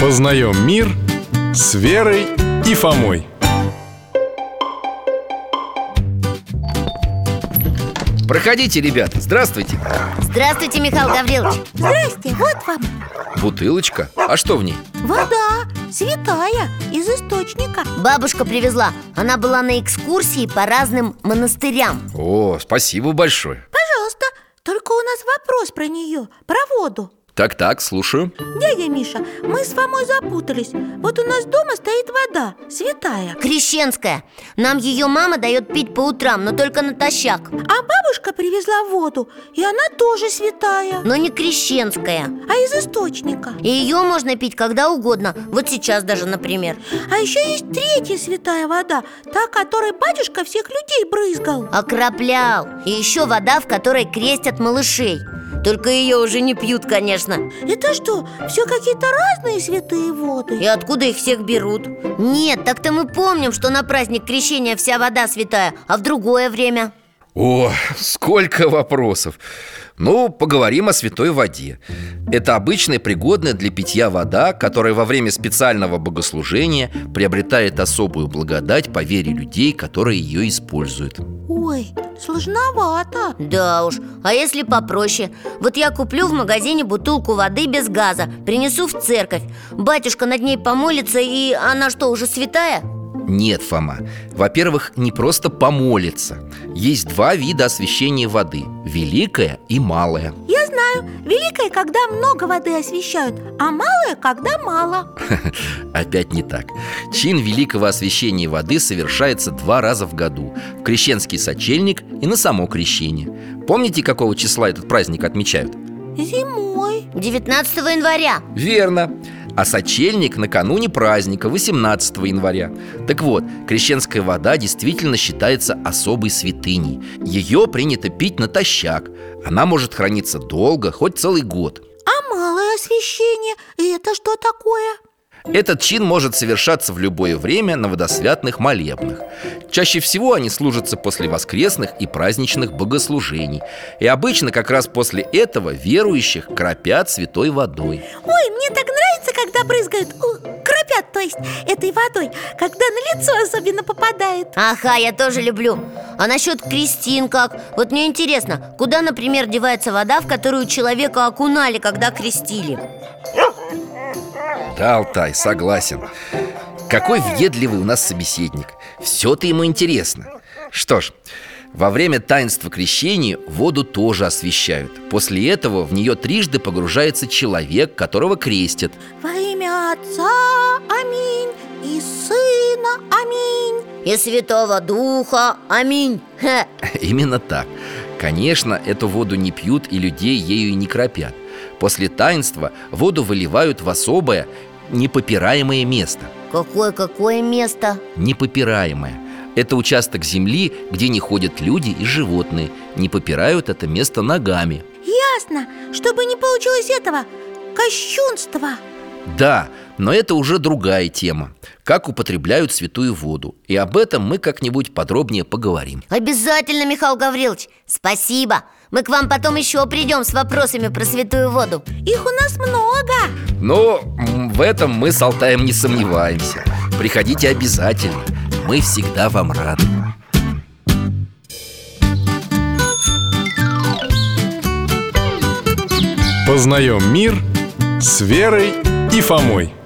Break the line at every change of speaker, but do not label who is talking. Познаем мир с Верой и Фомой.
Проходите, ребята, здравствуйте
Здравствуйте, Михаил Гаврилович
Здрасте, вот вам
Бутылочка, а что в ней?
вода святая из источника
Бабушка привезла Она была на экскурсии по разным монастырям
О, спасибо большое
Пожалуйста, только у нас вопрос про нее, про воду
Так-так, слушаю
Дядя Миша, мы с Фомой запутались Вот у нас дома стоит вода, святая
Крещенская Нам ее мама дает пить по утрам, но только натощак
А бабушка привезла воду, и она тоже святая
Но не крещенская
А из источника
И ее можно пить когда угодно Вот сейчас даже, например
А еще есть третья святая вода Та, которой батюшка всех людей брызгал
Окроплял И еще вода, в которой крестят малышей Только ее уже не пьют, конечно
Это что, все какие-то разные святые
И
воды?
откуда их всех берут? Нет, так-то мы помним, что на праздник крещения вся вода святая А в другое время
О, сколько вопросов Ну, поговорим о святой воде Это обычная пригодная для питья вода Которая во время специального богослужения Приобретает особую благодать по вере людей, которые ее используют
Ой, сложновато
Да уж, а если попроще? Вот я куплю в магазине бутылку воды без газа Принесу в церковь Батюшка над ней помолится и она что, уже святая?
Нет, Фома. Во-первых, не просто помолиться. Есть два вида освещения воды – великое и малое.
Я знаю, великое, когда много воды освещают, а малое, когда мало
Опять не так. Чин великого освещения воды совершается два раза в году – в крещенский сочельник и на само крещение. Помните, какого числа этот праздник отмечают?
Зимой
19 января
Верно. А сочельник накануне праздника, 18 января. Так вот, крещенская вода действительно считается особой святыней. Ее принято пить натощак. Она может храниться долго, хоть целый год.
А малое освещение, и это что такое?
Этот чин может совершаться в любое время на водосвятных молебнах. Чаще всего они служатся после воскресных и праздничных богослужений. И обычно как раз после этого верующих кропят святой водой.
Ой, мне так нравится, когда брызгают, у, кропят, то есть, этой водой Когда на лицо особенно попадает
Ага, я тоже люблю А насчет крестин как? Вот мне интересно, куда, например, девается вода, в которую человека окунали, когда крестили?
Да, Алтай, согласен Какой въедливый у нас собеседник Все-то ему интересно Что ж, во время таинства крещения воду тоже освещают После этого в нее трижды погружается человек, которого крестят
Во имя Отца, аминь, и Сына, аминь
И Святого Духа, аминь Хе.
Именно так Конечно, эту воду не пьют и людей ею не кропят После таинства воду выливают в особое, непопираемое место
Какое-какое место?
Непопираемое Это участок земли, где не ходят люди и животные Не попирают это место ногами
Ясно, чтобы не получилось этого кощунства
Да, но это уже другая тема Как употребляют святую воду И об этом мы как-нибудь подробнее поговорим
Обязательно, Михаил Гаврилович, спасибо Мы к вам потом еще придем с вопросами про святую воду
Их у нас много
Но м, в этом мы с Алтаем не сомневаемся Приходите обязательно Мы всегда вам рады
Познаем мир с Верой и Фомой.